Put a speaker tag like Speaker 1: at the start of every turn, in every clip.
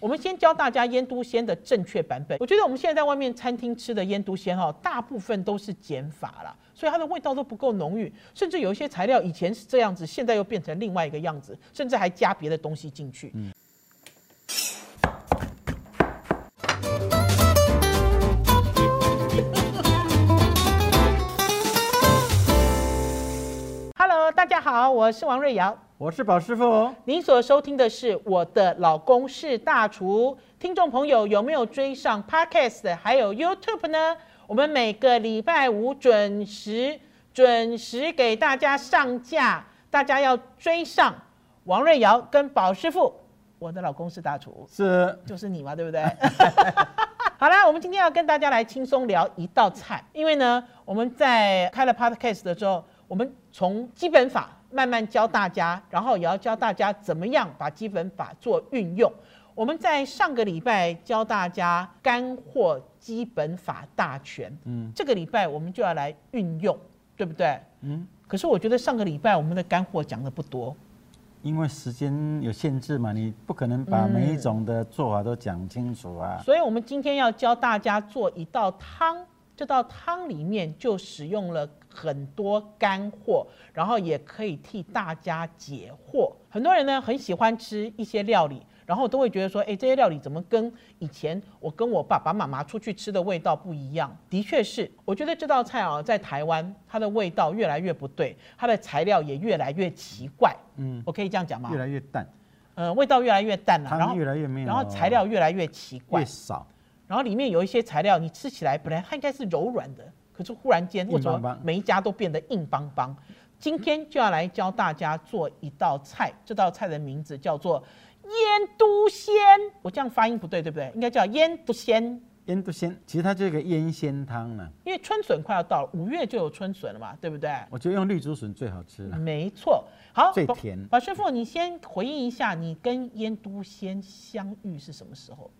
Speaker 1: 我们先教大家腌都鲜的正确版本。我觉得我们现在在外面餐厅吃的腌都鲜哈，大部分都是减法啦，所以它的味道都不够浓郁，甚至有一些材料以前是这样子，现在又变成另外一个样子，甚至还加别的东西进去。Hello，大家好，我是王瑞瑶。
Speaker 2: 我是宝师傅，
Speaker 1: 您所收听的是《我的老公是大厨》，听众朋友有没有追上 Podcast 还有 YouTube 呢？我们每个礼拜五准时准时给大家上架，大家要追上王瑞瑶跟宝师傅。我的老公是大厨，
Speaker 2: 是
Speaker 1: 就是你嘛，对不 对？好啦，我们今天要跟大家来轻松聊一道菜，因为呢，我们在开了 podcast 的时候，我们从基本法慢慢教大家，然后也要教大家怎么样把基本法做运用。我们在上个礼拜教大家干货基本法大全，嗯，这个礼拜我们就要来运用，对不对？嗯。可是我觉得上个礼拜我们的干货讲的不多，
Speaker 2: 因为时间有限制嘛，你不可能把每一种的做法都讲清楚啊。
Speaker 1: 所以我们今天要教大家做一道汤，这道汤里面就使用了很多干货，然后也可以替大家解惑。很多人呢很喜欢吃一些料理。然后都会觉得说，哎，这些料理怎么跟以前我跟我爸爸妈妈出去吃的味道不一样？的确是，我觉得这道菜啊，在台湾它的味道越来越不对，它的材料也越来越奇怪。
Speaker 2: 嗯，
Speaker 1: 我可以这样讲吗
Speaker 2: 越？来越淡，
Speaker 1: 嗯，味道越来越淡了，然后
Speaker 2: 汤越来越没有，
Speaker 1: 然后材料越来越奇怪
Speaker 2: 越，少，
Speaker 1: 然后里面有一些材料，你吃起来本来它应该是柔软的，可是忽然间为什
Speaker 2: 硬邦
Speaker 1: 么
Speaker 2: 邦
Speaker 1: 每一家都变得硬邦邦？今天就要来教大家做一道菜，这道菜的名字叫做腌都鲜。我这样发音不对，对不对？应该叫腌都鲜。
Speaker 2: 腌都鲜，其实它就是个腌鲜汤呢。
Speaker 1: 因为春笋快要到了，五月就有春笋了嘛，对不对？
Speaker 2: 我觉得用绿竹笋最好吃了。
Speaker 1: 没错。好，
Speaker 2: 嗯最
Speaker 1: 宝
Speaker 2: 甜
Speaker 1: 宝师傅，你先回忆一下，你跟腌都鲜相遇是什么时候？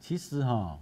Speaker 2: 其实哈、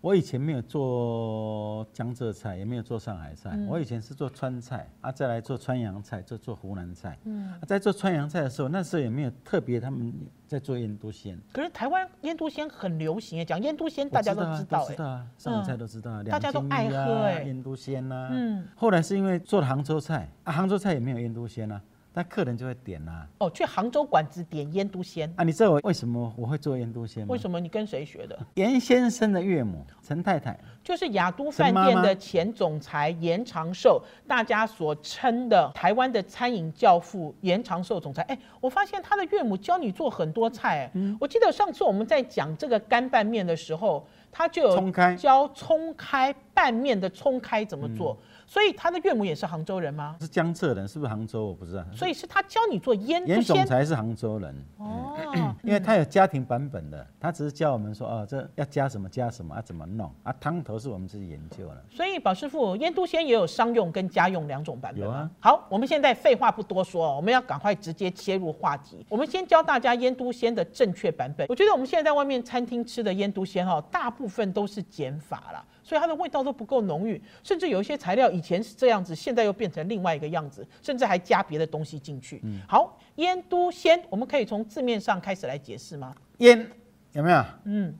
Speaker 2: 我以前没有做江浙菜，也没有做上海菜，我以前是做川菜啊，再来做川洋菜，再做湖南菜。嗯、在做川洋菜的时候，那时候也没有特别他们在做腌都鲜。
Speaker 1: 可是台湾腌都鲜很流行耶，讲腌都鲜大家都
Speaker 2: 我
Speaker 1: 知
Speaker 2: 知
Speaker 1: 道
Speaker 2: 啊，都
Speaker 1: 哎
Speaker 2: 知。道啊，上海菜都知道啊，
Speaker 1: 大家都
Speaker 2: 两金一啊
Speaker 1: 爱喝哎
Speaker 2: 腌都鲜呐。
Speaker 1: 嗯
Speaker 2: 嗯，后来是因为做了杭州菜啊，杭州菜也没有腌都鲜啊，但客人就会点啦。
Speaker 1: 哦，去杭州馆子点腌都鲜，
Speaker 2: 啊，你知道我为什么我会做腌都鲜吗？
Speaker 1: 为什么？你跟谁学的？
Speaker 2: 严先生的岳母陈太太，
Speaker 1: 就是雅都饭店的前总裁严长寿，大家所称的台湾的餐饮教父严长寿总裁。哎，我发现他的岳母教你做很多菜。哎
Speaker 2: 嗯
Speaker 1: 我记得上次我们在讲这个干拌面的时候，他就有
Speaker 2: 冲开
Speaker 1: 教冲开拌面的冲开怎么做。
Speaker 2: 嗯
Speaker 1: 所以他的岳母也是杭州人吗？
Speaker 2: 是江浙人，是不是杭州？我不知道。
Speaker 1: 所以是他教你做腌
Speaker 2: 嗯严
Speaker 1: 都
Speaker 2: 总
Speaker 1: 鲜
Speaker 2: 裁嗯是杭州人，
Speaker 1: 哦，
Speaker 2: 因为他有家庭版本的，他只是教我们说哦，这要加什么加什么啊，怎么弄啊，汤头是我们自己研究了。
Speaker 1: 所以宝师傅，腌都鲜也有商用跟家用两种版本。
Speaker 2: 有啊，
Speaker 1: 好，我们现在废话不多说哦，我们要赶快直接切入话题。我们先教大家腌都鲜的正确版本。我觉得我们现在在外面餐厅吃的腌都鲜哦，大部分都是减法啦，所以它的味道都不够浓郁，甚至有一些材料以前是这样子，现在又变成另外一个样子，甚至还加别的东西进去。
Speaker 2: 嗯
Speaker 1: 好，腌都鲜，我们可以从字面上开始来解释吗？
Speaker 2: 腌有没有？
Speaker 1: 嗯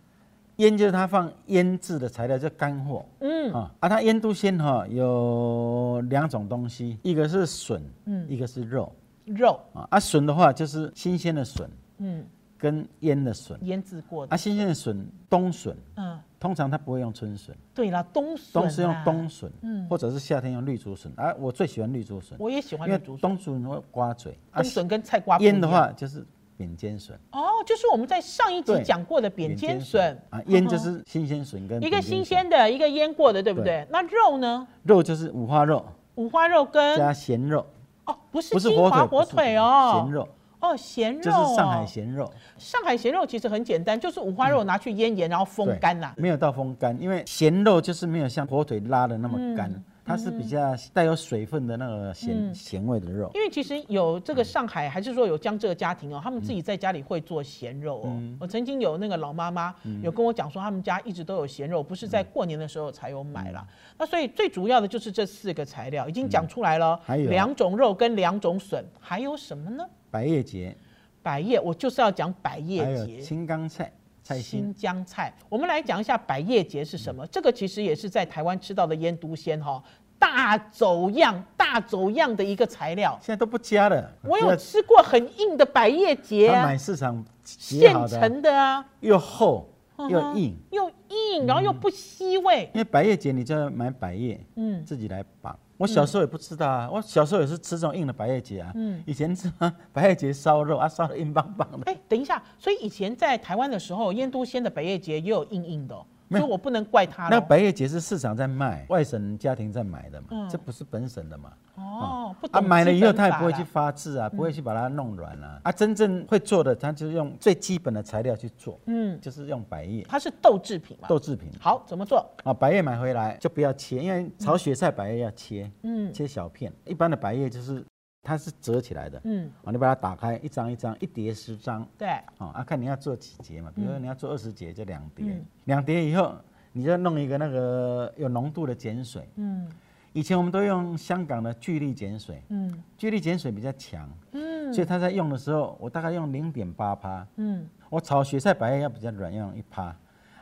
Speaker 2: 腌就是它放腌制的材料，叫干货。
Speaker 1: 嗯，
Speaker 2: 啊啊，它腌都鲜哈、有两种东西，一个是笋，
Speaker 1: 嗯
Speaker 2: 一个是肉
Speaker 1: 肉，
Speaker 2: 啊。啊，笋的话就是新鲜的笋
Speaker 1: 嗯，
Speaker 2: 跟腌的笋。
Speaker 1: 腌制过的，
Speaker 2: 啊，新鲜的笋，冬笋，
Speaker 1: 嗯。
Speaker 2: 通常它不会用春笋，
Speaker 1: 对啦，冬笋、啊，
Speaker 2: 冬是用冬笋，
Speaker 1: 嗯
Speaker 2: 或者是夏天用绿竹笋。啊，我最喜欢绿竹笋，
Speaker 1: 我也喜欢
Speaker 2: 因为
Speaker 1: 绿竹笋。
Speaker 2: 冬笋会刮嘴。啊
Speaker 1: 冬，笋跟菜瓜不一样
Speaker 2: 腌的，话就是扁尖笋。
Speaker 1: 哦，就是我们在上一集
Speaker 2: 对
Speaker 1: 讲过的扁尖笋
Speaker 2: 啊，腌就是新鲜笋跟
Speaker 1: 一
Speaker 2: 扁
Speaker 1: 个
Speaker 2: 尖
Speaker 1: 新
Speaker 2: 笋
Speaker 1: 鲜的，一个腌过的，对不对？那肉呢？
Speaker 2: 肉就是五花肉
Speaker 1: 五花肉跟
Speaker 2: 加咸肉，
Speaker 1: 哦，不是
Speaker 2: 不是
Speaker 1: 金
Speaker 2: 火
Speaker 1: 嗯华
Speaker 2: 腿，
Speaker 1: 火
Speaker 2: 不是
Speaker 1: 腿哦，
Speaker 2: 咸肉
Speaker 1: 哦，咸
Speaker 2: 就
Speaker 1: 肉
Speaker 2: 是上海
Speaker 1: 哦
Speaker 2: 咸肉，
Speaker 1: 上海咸肉其实很简单，就是五花肉拿去腌盐，然后风
Speaker 2: 对
Speaker 1: 干啊啦。
Speaker 2: 没有到风干，因为咸肉就是没有像火腿拉的那么干，
Speaker 1: 嗯
Speaker 2: 它是比较带有水分的那个咸咸味的肉。
Speaker 1: 因为其实有这
Speaker 2: 嗯
Speaker 1: 个上海，还是说有江浙家庭哦，他们自己在家里会做咸肉哦。
Speaker 2: 嗯
Speaker 1: 我曾经有那个老妈妈有跟我讲说，他们家一直都有咸肉，不是
Speaker 2: 嗯
Speaker 1: 在过年的时候才有买啦。那所以最主要的就是这四个材料已经讲出来了，
Speaker 2: 嗯还有啊
Speaker 1: 两种肉跟两种笋，还有什么呢？
Speaker 2: 百叶结
Speaker 1: 百叶，我就是要讲百叶
Speaker 2: 还有
Speaker 1: 节。
Speaker 2: 青冈菜、菜心嗯
Speaker 1: 新，疆菜。我们来讲一下百叶节是什么，这个其实也是在台湾吃到的腌笃鲜哈，大走样、大走样的一个材料。
Speaker 2: 现在都不加了。
Speaker 1: 我
Speaker 2: 不
Speaker 1: 有
Speaker 2: 要
Speaker 1: 吃过很硬的百叶节
Speaker 2: 他
Speaker 1: 啊，
Speaker 2: 买市场结
Speaker 1: 现
Speaker 2: 好的，
Speaker 1: 成的啊，
Speaker 2: 又厚
Speaker 1: 嗯
Speaker 2: 又
Speaker 1: 哼
Speaker 2: 硬。
Speaker 1: 又硬，然后
Speaker 2: 嗯
Speaker 1: 又不吸味。
Speaker 2: 因为百叶结你就要买百叶，
Speaker 1: 嗯
Speaker 2: 自己来绑。我小时候也不知道啊，我小时候也是吃这种硬的百叶结啊。
Speaker 1: 嗯
Speaker 2: 以前吃啊百叶结烧肉啊，烧的硬邦邦的。
Speaker 1: 哎，等一下，所以以前在台湾的时候，腌笃鲜的百叶节也有硬硬的、哦，
Speaker 2: 没
Speaker 1: 所以
Speaker 2: 有
Speaker 1: 我不能怪他
Speaker 2: 那
Speaker 1: 了。
Speaker 2: 百叶结是市场在卖，外省家庭在买的嘛，
Speaker 1: 嗯
Speaker 2: 这不是本省的嘛。
Speaker 1: 哦，不懂
Speaker 2: 啊，买了以后
Speaker 1: 基本
Speaker 2: 他也
Speaker 1: 法嗯
Speaker 2: 不会
Speaker 1: 啦
Speaker 2: 去发制啊，不会去把它弄软啊。啊，真正会做的，他就是用最基本的材料去做，
Speaker 1: 嗯，
Speaker 2: 就是用百叶
Speaker 1: 它是豆制品嘛。
Speaker 2: 豆制品。
Speaker 1: 好，怎么做？
Speaker 2: 啊，百叶买回来就不要切，因为炒雪菜百叶要切，
Speaker 1: 嗯
Speaker 2: 切小片。一般的百叶就是它是折起来的，
Speaker 1: 嗯，
Speaker 2: 啊，你把它打开，一张一张，一叠十张，
Speaker 1: 对，
Speaker 2: 哦，啊，看你要做几节嘛，比如说你要做二十节，就两叠
Speaker 1: 嗯，
Speaker 2: 两叠以后你就弄一个那个有浓度的碱水。
Speaker 1: 嗯
Speaker 2: 以前我们都用香港的聚力碱水，
Speaker 1: 嗯
Speaker 2: 聚力碱水比较强，
Speaker 1: 嗯
Speaker 2: 所以它在用的时候，我大概用零点八趴。
Speaker 1: 嗯，
Speaker 2: 我炒雪菜百叶要比较软，要用一趴，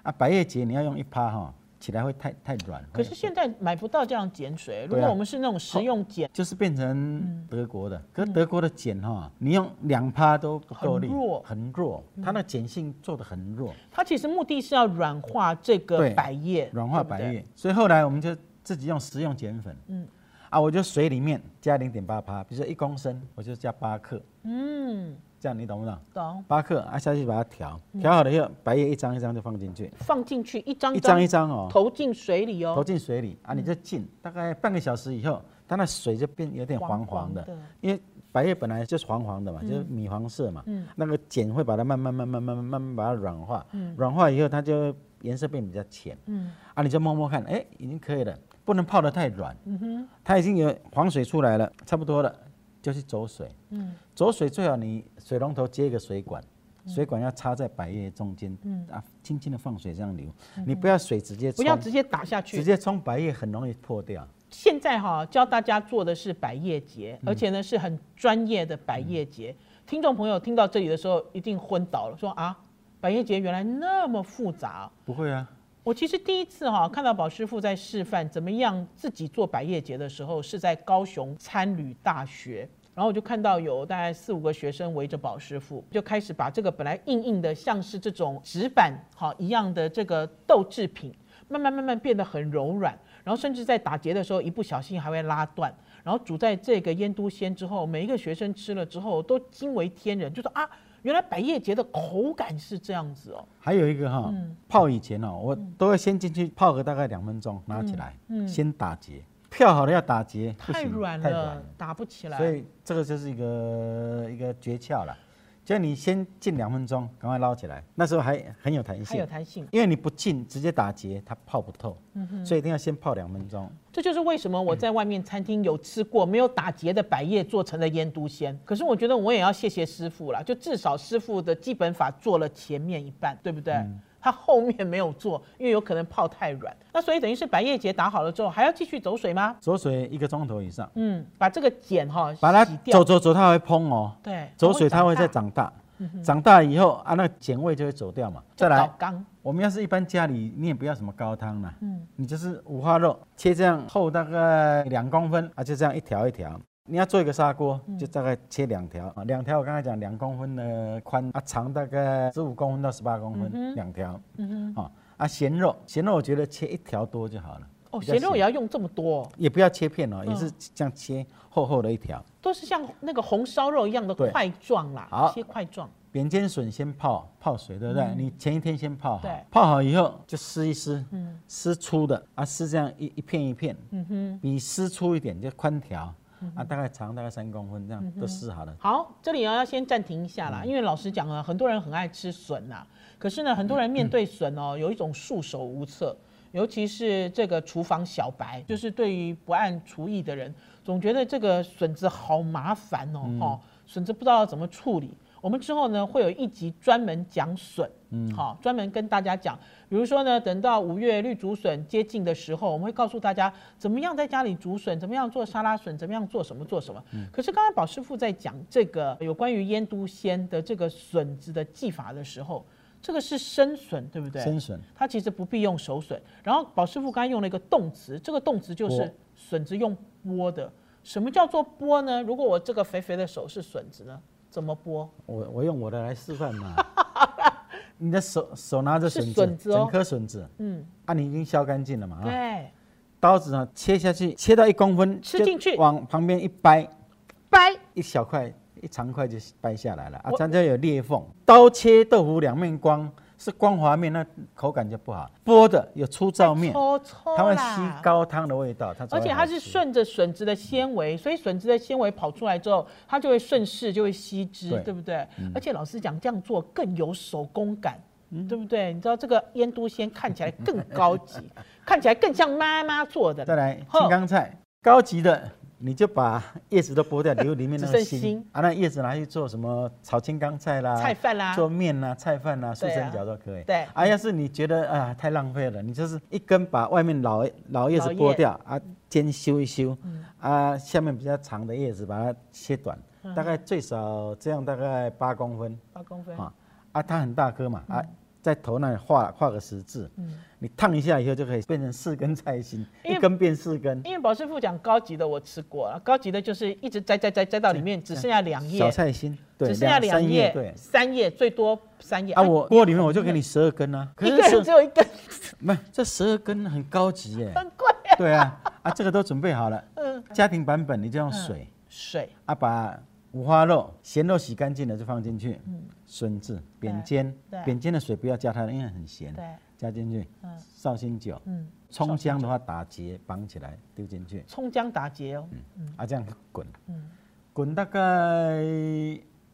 Speaker 2: 啊，百叶结你要用一趴哈，起来会太太软。
Speaker 1: 可是
Speaker 2: 会
Speaker 1: 现在买不到这样碱水，
Speaker 2: 啊
Speaker 1: 如果我们是那种食用碱，
Speaker 2: 就是变
Speaker 1: 嗯
Speaker 2: 成德国的，可是德国的碱哈，你用两趴都不够力，
Speaker 1: 很弱嗯
Speaker 2: 很弱，它的碱性做的很弱，
Speaker 1: 它其实目的是要软化这个
Speaker 2: 对
Speaker 1: 百叶，
Speaker 2: 软化
Speaker 1: 对不
Speaker 2: 百
Speaker 1: 对
Speaker 2: 叶，所以后来我们就自己用食用碱粉，
Speaker 1: 嗯
Speaker 2: 嗯，啊，我就水里面加零点八趴，比如说一公升，我就加八克，
Speaker 1: 嗯，
Speaker 2: 这样你懂不懂？
Speaker 1: 懂。
Speaker 2: 八克啊，下去把它调，调好了以后，白叶一张一张就放进去，
Speaker 1: 放进去一张
Speaker 2: 一张一张哦，
Speaker 1: 投进水里
Speaker 2: 投
Speaker 1: 哦，
Speaker 2: 进水里啊，你就浸，大概半个小时以后，它那水就变有点黄黄的，因为白叶本来就是黄黄的嘛，就是米黄色嘛，那个碱会把它慢慢慢慢慢慢慢慢把它软化，软化以后它就颜色变比较浅，
Speaker 1: 嗯
Speaker 2: 啊，你就摸摸看，哎，已经可以了，不能泡得太软，它已经有黄水出来了，差不多了，就去走水，
Speaker 1: 嗯
Speaker 2: 走水最好你水龙头接一个水管，水管要插在百叶中间，啊，轻轻的放水这样流，你不要水直接
Speaker 1: 不
Speaker 2: 冲，
Speaker 1: 要直接打下
Speaker 2: 直
Speaker 1: 去。
Speaker 2: 接冲百叶很容易破掉。
Speaker 1: 现在哈、教大家做的是百叶结，
Speaker 2: 嗯
Speaker 1: 而且呢是很专业的百叶结。听众朋友听到这里的时候一定昏倒了，说啊，百叶结原来那么复杂哦、
Speaker 2: 不会啊，
Speaker 1: 我其实第一次哈、看到宝师傅在示范怎么样自己做百叶结的时候，是在高雄参旅大学。然后我就看到有大概四五个学生围着宝师傅，就开始把这个本来硬硬的，像是这种纸板哈一样的这个豆制品，慢慢慢慢变得很柔软，然后甚至在打结的时候一不小心还会拉断。然后煮在这个腌都鲜之后，每一个学生吃了之后都惊为天人，就说啊，原来百叶结的口感是这样子哦。
Speaker 2: 还有一个哈、泡以前哦，我
Speaker 1: 嗯
Speaker 2: 都会先进去泡个大概两分钟，拿起来，先打结，票好了要打结，不
Speaker 1: 太
Speaker 2: 行
Speaker 1: 软
Speaker 2: 太
Speaker 1: 了，
Speaker 2: 软了，
Speaker 1: 打不起来。
Speaker 2: 所以这个就是一个一个诀窍了，就你先浸两分钟，赶快捞起来，那时候还很有弹
Speaker 1: 还有
Speaker 2: 性。
Speaker 1: 弹性，
Speaker 2: 因为你不浸，直接打结，它泡不透，
Speaker 1: 嗯
Speaker 2: 所以一定要先泡两分钟。
Speaker 1: 这就是为什么我在外面餐厅有吃过没有打结的百叶做成的腌笃鲜。可是我觉得我也要谢谢师傅啦，就至少师傅的基本法做了前面一半，对不对？
Speaker 2: 嗯
Speaker 1: 他后面没有做，因为有可能泡太软。那所以等于是百叶结打好了之后，还要继续走水吗？
Speaker 2: 走水一个钟头以上，
Speaker 1: 嗯，把这个碱哈、
Speaker 2: 把它
Speaker 1: 洗掉
Speaker 2: 走，走走，它会蓬哦。
Speaker 1: 对，
Speaker 2: 走水它会再
Speaker 1: 长
Speaker 2: 长大，长大以后啊，那个碱味就会走掉嘛。
Speaker 1: 大，
Speaker 2: 再来
Speaker 1: 搞，缸，
Speaker 2: 我们要是一般家里，你也不要什么高汤啦，
Speaker 1: 嗯
Speaker 2: 你就是五花肉切这样厚大概两公分啊，就这样一条一条。你要做一个砂锅，就大概切两条啊，两条我刚才讲两公分的宽啊，长大概十五公分到十八公分，两条
Speaker 1: 嗯
Speaker 2: 啊啊咸肉，咸肉我觉得切一条多就好了，
Speaker 1: 哼，哦，
Speaker 2: 比较
Speaker 1: 咸肉
Speaker 2: 咸
Speaker 1: 也要用这么多哦、
Speaker 2: 也不要切片哦，也是
Speaker 1: 嗯
Speaker 2: 这样切厚厚的一条。
Speaker 1: 都是像那个红烧肉一样的
Speaker 2: 对
Speaker 1: 块状啦，
Speaker 2: 好
Speaker 1: 切块状，
Speaker 2: 扁尖笋先泡泡水，对不对？你前一天先泡好
Speaker 1: 嗯对，
Speaker 2: 泡好以后就撕一撕，撕粗的啊，撕这样一一片一片，
Speaker 1: 嗯哼。嗯
Speaker 2: 比撕粗一点就宽条啊，大概长大概三公分这样都撕好了。
Speaker 1: 好，这里呢要先暂停一下啦，因为老实讲啊，很多人很爱吃笋呐、可是呢，很多人面对笋哦，有一种束手无策，尤其是这个厨房小白，就是对于不按厨艺哦的人，总觉得这个笋子好麻烦哦，哈、笋子不知道要怎么处理。我们之后呢会有一集专门讲笋，嗯，好，专门跟大家讲，比如说呢，等到五月绿竹笋接近的时候，我们会告诉大家怎么样在家里煮笋，怎么样做沙拉笋，怎么样做什么做什么。可是刚才宝师傅在讲这个有关于腌都鲜的这个笋子的技法的时候，这个是生笋，对不对？
Speaker 2: 生笋
Speaker 1: 它其实不必用手笋。然后宝师傅刚才用了一个动词，这个动词就是
Speaker 2: 剥
Speaker 1: 笋子用剥的。什么叫做剥呢？如果我这个肥肥的手是笋子呢，怎么剥？
Speaker 2: 我我用我的来示范 嘛。你的手手拿着
Speaker 1: 是
Speaker 2: 笋子，
Speaker 1: 笋子哦
Speaker 2: 整颗笋子，
Speaker 1: 嗯，
Speaker 2: 啊，你已经削干净了嘛啊。
Speaker 1: 对，
Speaker 2: 刀子呢切下去，切到一公分，
Speaker 1: 吃
Speaker 2: 就
Speaker 1: 进去
Speaker 2: 往旁边一掰，
Speaker 1: 掰，
Speaker 2: 一小块一长块就掰下来了啊
Speaker 1: 我，
Speaker 2: 它就有裂缝。刀切豆腐两面光，是光滑面，那口感就不好。剥的有粗糙面，
Speaker 1: 搓搓
Speaker 2: 它会
Speaker 1: 啦
Speaker 2: 吸高汤的味道，它才
Speaker 1: 而
Speaker 2: 会
Speaker 1: 且
Speaker 2: 好
Speaker 1: 它是
Speaker 2: 吃
Speaker 1: 顺着笋子的纤维，所以笋子的纤维跑出来之后，它就会顺势就会吸汁，
Speaker 2: 对嗯
Speaker 1: 对不对？而且老实讲，这样做更有手工感。对不对？你知道这个腌都鲜看起来更高级， 看起来更像妈妈做的。
Speaker 2: 再来
Speaker 1: 哼
Speaker 2: 青冈菜，高级的你就把叶子都剥掉，留里面那
Speaker 1: 只
Speaker 2: 个
Speaker 1: 剩
Speaker 2: 心
Speaker 1: 心
Speaker 2: 啊，那叶子拿去做什么炒青冈菜啦、
Speaker 1: 菜饭啦
Speaker 2: 做面啦、菜饭啦、素
Speaker 1: 啊对啊
Speaker 2: 生饺都可以。
Speaker 1: 对
Speaker 2: 啊，要是你觉得啊太浪费了，你就是一根把外面老老叶子
Speaker 1: 老叶嗯
Speaker 2: 剥掉啊，尖修一修，啊下面比较长的叶子把它切短，
Speaker 1: 嗯
Speaker 2: 大概最少这样大概八公分。
Speaker 1: 八公分，
Speaker 2: 啊啊，它很大颗嘛啊，
Speaker 1: 嗯
Speaker 2: 在头那里画画个十字，你烫一下以后就可以变成四根菜心，
Speaker 1: 因为
Speaker 2: 一根变四根，
Speaker 1: 因为宝师傅讲高级的我吃过了，高级的就是一直摘摘摘摘到里面只剩下两
Speaker 2: 小
Speaker 1: 叶，
Speaker 2: 菜心，对，
Speaker 1: 只剩下
Speaker 2: 三
Speaker 1: 两
Speaker 2: 叶，
Speaker 1: 叶
Speaker 2: 对，。
Speaker 1: 三叶最多三叶。
Speaker 2: 啊，我锅里面我就给你十二根啊，可
Speaker 1: 一
Speaker 2: 是
Speaker 1: 个人只
Speaker 2: 这
Speaker 1: 有一根，，
Speaker 2: 没有这十二根很高级耶
Speaker 1: 很贵。
Speaker 2: 对啊，啊这个都准备好了，
Speaker 1: 嗯，
Speaker 2: 家庭版本你就用水
Speaker 1: 水
Speaker 2: 啊把五花肉、咸肉洗干净了就放进去，笋子扁尖
Speaker 1: 嗯对，
Speaker 2: 扁尖的水不要加太多，因为很咸，
Speaker 1: 对，
Speaker 2: 加进去，绍兴酒，
Speaker 1: 嗯，
Speaker 2: 葱姜的话打结绑起来丢进去，
Speaker 1: 葱姜打结哦。
Speaker 2: 啊这样滚，
Speaker 1: 嗯
Speaker 2: 滚大概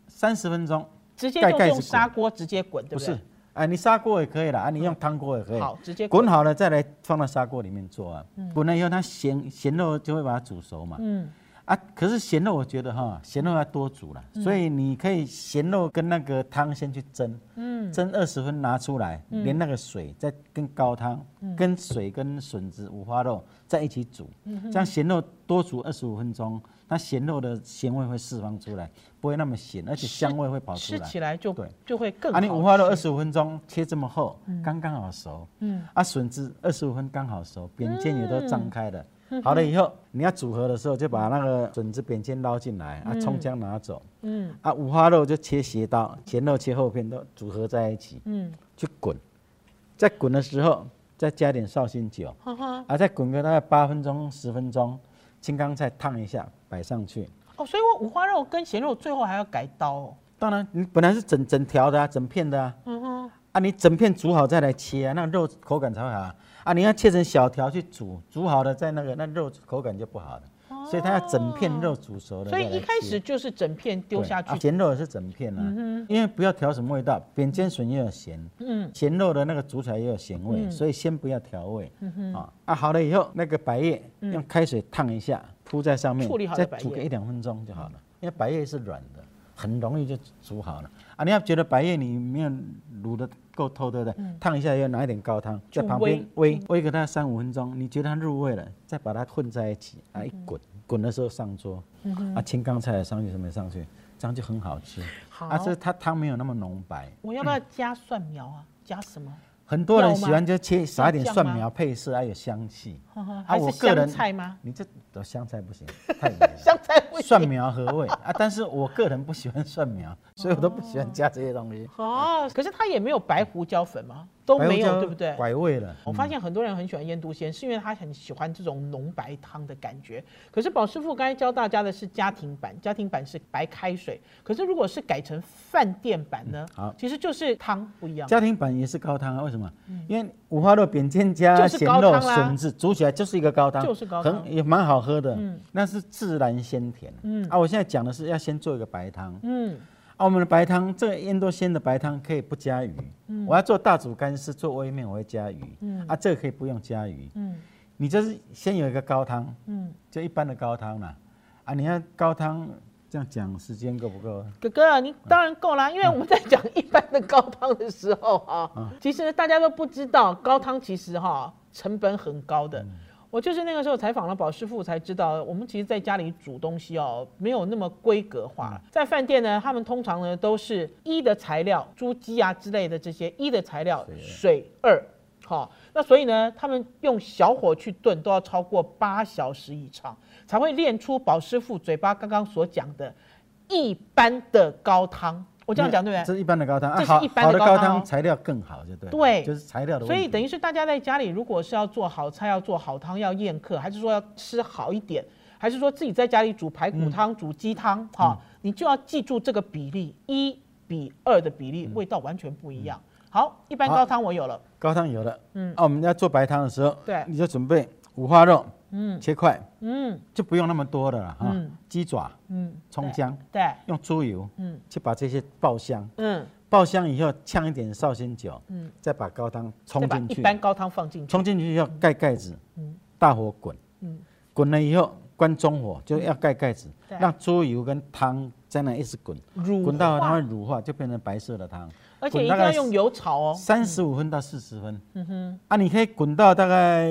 Speaker 2: 三十分钟，
Speaker 1: 直接
Speaker 2: 盖
Speaker 1: 就
Speaker 2: 盖
Speaker 1: 是
Speaker 2: 子
Speaker 1: 用
Speaker 2: 滚
Speaker 1: 砂锅直接滚，对
Speaker 2: 不
Speaker 1: 不对？嗯
Speaker 2: 是，啊你砂锅也可以了，啊你用汤锅也可以，
Speaker 1: 好，直接
Speaker 2: 滚。好了再来放到砂锅里面做啊，滚了以后它咸咸肉就会把它煮熟嘛，
Speaker 1: 嗯，
Speaker 2: 啊，可是咸肉我觉得哈，咸肉要多煮了，所以你可以咸肉跟那个汤先去蒸，嗯，蒸二十分拿出来，连那个水再跟高汤、跟水跟笋子、五花肉在一起煮，这样咸肉多煮二十五分钟，那咸肉的咸味会释放出来，不会那么咸，而且香味会跑出
Speaker 1: 吃
Speaker 2: 来
Speaker 1: 起。来就
Speaker 2: 对
Speaker 1: 就会更好
Speaker 2: 啊，
Speaker 1: 吃。
Speaker 2: 你五花肉二十五分钟切这么厚，刚刚好熟。嗯，啊，笋子二十五分刚好熟，扁尖也都张开了。好了以后，你要组合的时候就把那个笋子扁尖捞进来，啊，葱姜拿走。嗯，啊，五花肉就切斜刀，前肉切后片都组合在一起。嗯，去滚，在滚的时候再加点绍兴酒，
Speaker 1: 哈哈
Speaker 2: 啊，再滚个大概八分钟十分钟，青冈菜烫一下摆上去。
Speaker 1: 哦，所以我五花肉跟咸肉最后还要改刀哦。
Speaker 2: 当然，你本来是整整条的啊，整片的啊。
Speaker 1: 嗯哼，
Speaker 2: 啊，你整片煮好再来切啊，那肉口感才会好啊。啊你要切成小条去煮，煮好了再那个，那肉口感就不好了。所以它要整片肉煮熟
Speaker 1: 哦
Speaker 2: 了。
Speaker 1: 所以一开始就是整片丢下
Speaker 2: 对啊
Speaker 1: 去，嗯
Speaker 2: 咸肉也是整片啊，因为不要调什么味道，扁尖笋也有咸，嗯，咸肉的那个煮起来也有咸味，
Speaker 1: 嗯
Speaker 2: 所以先不要调味。啊啊，好了以后，那个百叶用开水烫一下，铺在上面
Speaker 1: 嗯处理好，的
Speaker 2: 再
Speaker 1: 百叶
Speaker 2: 煮个一两分钟就好了。因为百叶是软的，很容易就煮好了。啊，你要觉得百叶你没有卤的够透，对不对？
Speaker 1: 嗯
Speaker 2: 烫一下以后拿一点高汤，在旁边煨煨个大概三五分钟，你觉得它入味了，再把它混在一起
Speaker 1: 嗯
Speaker 2: 啊，一滚滚的时候上桌，啊，青冈菜也上去，什么也上去，这样就很好吃。
Speaker 1: 好
Speaker 2: 啊，这它汤没有那么浓白。
Speaker 1: 我要不要加蒜苗啊？加什么？
Speaker 2: 很多人
Speaker 1: 要
Speaker 2: 喜
Speaker 1: 吗
Speaker 2: 欢就切撒一点
Speaker 1: 要酱
Speaker 2: 蒜
Speaker 1: 吗
Speaker 2: 苗配饰，还有香气。
Speaker 1: 呵呵
Speaker 2: 啊
Speaker 1: 还是
Speaker 2: 我个
Speaker 1: 香
Speaker 2: 人
Speaker 1: 菜吗？
Speaker 2: 你这哦香菜不 行，太黏了
Speaker 1: 香菜不
Speaker 2: 蒜
Speaker 1: 行。
Speaker 2: 苗合味啊，但是我个人不喜欢蒜苗，所以我都不喜欢加这些东西。
Speaker 1: 哦，可是它也没有白胡椒粉吗？都没
Speaker 2: 白胡
Speaker 1: 有，
Speaker 2: 椒
Speaker 1: 对不对？
Speaker 2: 拐味了。嗯
Speaker 1: 我发现很多人很喜欢腌都鲜，是因为他很喜欢这种浓白汤的感觉。可是宝师傅刚才教大家的是家庭版，家庭版是白开水。可是如果是改成饭店版呢？
Speaker 2: 嗯好
Speaker 1: 其实就是汤不一样。
Speaker 2: 家庭版也是高汤啊，为什么？因为五花肉扁煎加
Speaker 1: 嗯就是
Speaker 2: 咸
Speaker 1: 高汤
Speaker 2: 肉
Speaker 1: 啦
Speaker 2: 笋子煮起来就是一个高汤，
Speaker 1: 就是高汤嗯
Speaker 2: 很也蛮好喝的。那是自然鲜甜。啊，我现在讲的是要先做一个白汤。
Speaker 1: 嗯，
Speaker 2: 啊，我们的白汤，这个燕多鲜的白汤可以不加鱼。
Speaker 1: 嗯
Speaker 2: 我要做大煮干丝，做微面我会加鱼。啊，这个可以不用加鱼。
Speaker 1: 嗯
Speaker 2: 你就是先有一个高汤，就一般的高汤啦。啊，你要高汤，这这样讲时间够不够？
Speaker 1: 哥哥，你当然够啦，因为我们在讲一般的高汤的时候啊，其实大家都不知道高汤其实哈、成本很高的。我就是那个时候采访了宝师傅，才知道我们其实在家里煮东西哦，没有那么规格化。在饭店呢，他们通常呢都是一的材料，猪鸡啊之类的这些一的材料，水二。好、那所以呢，他们用小火去炖都要超过八小时以上，才会练出宝师傅嘴巴刚刚所讲的一般的高汤。我这样讲对不对
Speaker 2: 这？是一般的高汤，啊
Speaker 1: 这是
Speaker 2: 好
Speaker 1: 一般
Speaker 2: 好
Speaker 1: 的
Speaker 2: 的
Speaker 1: 高
Speaker 2: 高
Speaker 1: 汤哦
Speaker 2: 汤材料更好，就对了。
Speaker 1: 对
Speaker 2: 就是材料的问
Speaker 1: 所
Speaker 2: 题。
Speaker 1: 以等于是大家在家里，如果是要做好菜、要做好汤、要宴客，还是说要吃好一点，还是说自己在家里煮排骨汤、
Speaker 2: 嗯
Speaker 1: 煮鸡汤，哈、你就要记住这个比例，一比二的比例，味道完全不一样。
Speaker 2: 嗯
Speaker 1: 好，一般
Speaker 2: 好
Speaker 1: 高汤我有了，
Speaker 2: 高汤有了，嗯，啊，我们要做白汤的时候，
Speaker 1: 对
Speaker 2: 你就准备五花肉，嗯，切块，
Speaker 1: 嗯
Speaker 2: 就不用那么多的了哈
Speaker 1: 嗯，
Speaker 2: 鸡爪、
Speaker 1: 嗯，
Speaker 2: 葱姜，
Speaker 1: 对，
Speaker 2: 用猪油，
Speaker 1: 嗯
Speaker 2: 嗯，去把这些爆香，
Speaker 1: 嗯，
Speaker 2: 爆香以后呛一点绍兴酒，
Speaker 1: 嗯
Speaker 2: 嗯，再把高汤
Speaker 1: 再
Speaker 2: 冲
Speaker 1: 把
Speaker 2: 进
Speaker 1: 一
Speaker 2: 去，
Speaker 1: 般高汤放进去，
Speaker 2: 冲进去要盖盖子，大火滚，
Speaker 1: 嗯
Speaker 2: 滚了以后关中火，就要盖盖子
Speaker 1: 对，
Speaker 2: 让猪油跟汤在那一直滚，
Speaker 1: 乳
Speaker 2: 滚到它
Speaker 1: 化
Speaker 2: 会乳化，就变成白色的汤。
Speaker 1: 而且一
Speaker 2: 滚
Speaker 1: 定
Speaker 2: 大
Speaker 1: 要
Speaker 2: 概
Speaker 1: 用油炒哦。
Speaker 2: 三十五分到四十分，嗯哼，啊，你可以滚到大概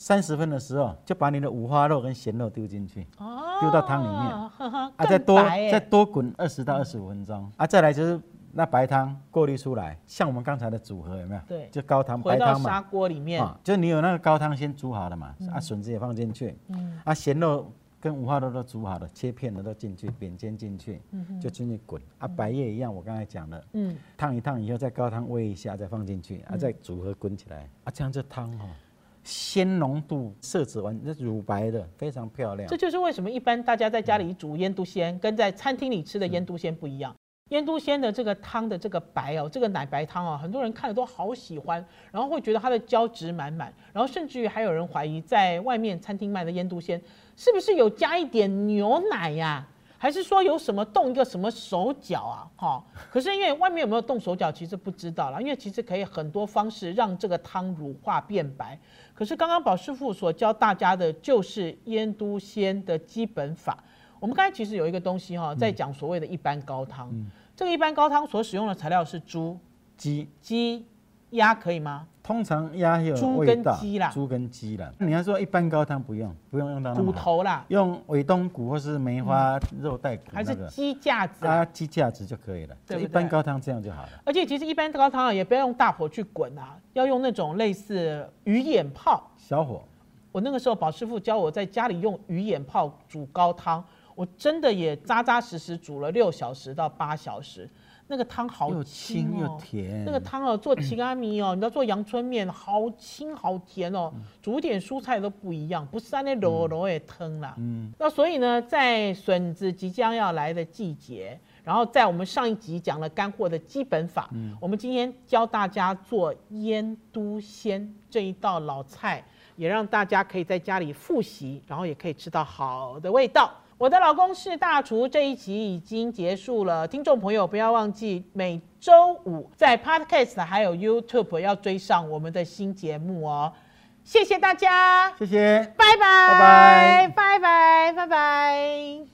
Speaker 2: 三十分的时候，就把你的五花肉跟咸肉丢进去，
Speaker 1: 哦
Speaker 2: 丢到汤里面
Speaker 1: 呵呵
Speaker 2: 啊，再多
Speaker 1: 更白耶
Speaker 2: 再多滚二十到二十五分钟，啊，再来就是那白汤过滤出来，像我们刚才的组合有没有？
Speaker 1: 对
Speaker 2: 就高汤
Speaker 1: 回
Speaker 2: 白
Speaker 1: 到
Speaker 2: 汤
Speaker 1: 砂
Speaker 2: 嘛，
Speaker 1: 锅里面，
Speaker 2: 啊，就你有那个高汤先煮好了嘛，
Speaker 1: 嗯
Speaker 2: 啊，笋子也放进去，啊，咸肉。跟五花肉都煮好了，切片的都进去，扁煎进去，就进去滚啊！白叶一样，我刚才讲的，
Speaker 1: 嗯，
Speaker 2: 烫一烫以后，再高汤煨一下，再放进去啊，再组合滚起来啊，这样这汤哦，鲜浓度、色泽完，那乳白的非常漂亮
Speaker 1: 这。就是为什么一般大家在家里煮腌笃鲜，跟在餐厅里吃的腌笃鲜不一样。腌笃鲜的这个汤的这个白哦，这个奶白汤啊，很多人看了都好喜欢，然后会觉得它的胶质满满，然后甚至于还有人怀疑，在外面餐厅卖的腌笃鲜是不是有加一点牛奶呀、还是说有什么动一个什么手脚啊？哈、可是因为外面有没有动手脚，其实不知道啦。因为其实可以很多方式让这个汤乳化变白。可是刚刚宝师傅所教大家的就是腌都鲜的基本法。我们刚才其实有一个东西哈、
Speaker 2: 嗯
Speaker 1: 在讲所谓的一般高汤。这个一般高汤所使用的材料是猪、
Speaker 2: 鸡
Speaker 1: 鸡、鸭，可以吗？
Speaker 2: 通常鸭有
Speaker 1: 猪
Speaker 2: 味
Speaker 1: 跟
Speaker 2: 道，
Speaker 1: 鸡啦
Speaker 2: 猪跟鸡啦。你要说一般高汤不用，不用用到那么
Speaker 1: 骨
Speaker 2: 好，
Speaker 1: 头啦，
Speaker 2: 用尾冬骨或是梅花肉带骨
Speaker 1: 还
Speaker 2: 那
Speaker 1: 是
Speaker 2: 个，
Speaker 1: 鸡架子啊
Speaker 2: 啊，鸡架子就可以了。
Speaker 1: 对
Speaker 2: 就
Speaker 1: 不
Speaker 2: 一般
Speaker 1: 对
Speaker 2: 高汤这样就好了。
Speaker 1: 而且其实一般高汤啊，也不要用大火去滚啊，要用那种类似鱼眼泡。
Speaker 2: 小火，
Speaker 1: 我那个时候宝师傅教我在家里用鱼眼泡煮高汤，我真的也扎扎实实煮了六小时到八小时，那个汤好
Speaker 2: 又
Speaker 1: 清
Speaker 2: 轻又
Speaker 1: 哦。
Speaker 2: 甜
Speaker 1: 那。个汤哦，做提拉米哦，你知道做阳春面好清好甜哦，煮一点蔬菜都不一样，不是那柔柔的汤啦。
Speaker 2: 嗯，
Speaker 1: 那所以呢，在笋子即将要来的季节，然后在我们上一集讲了干货的基本法，我们今天教大家做腌都鲜这一道老菜，也让大家可以在家里复习，然后也可以吃到好的味道。我的老公是大厨这一集已经结束了，听众朋友不要忘记每周五在 Podcast 还有 YouTube 要追上我们的新节目哦。谢谢大家，
Speaker 2: 谢谢。
Speaker 1: 拜拜，拜拜，拜拜，拜拜。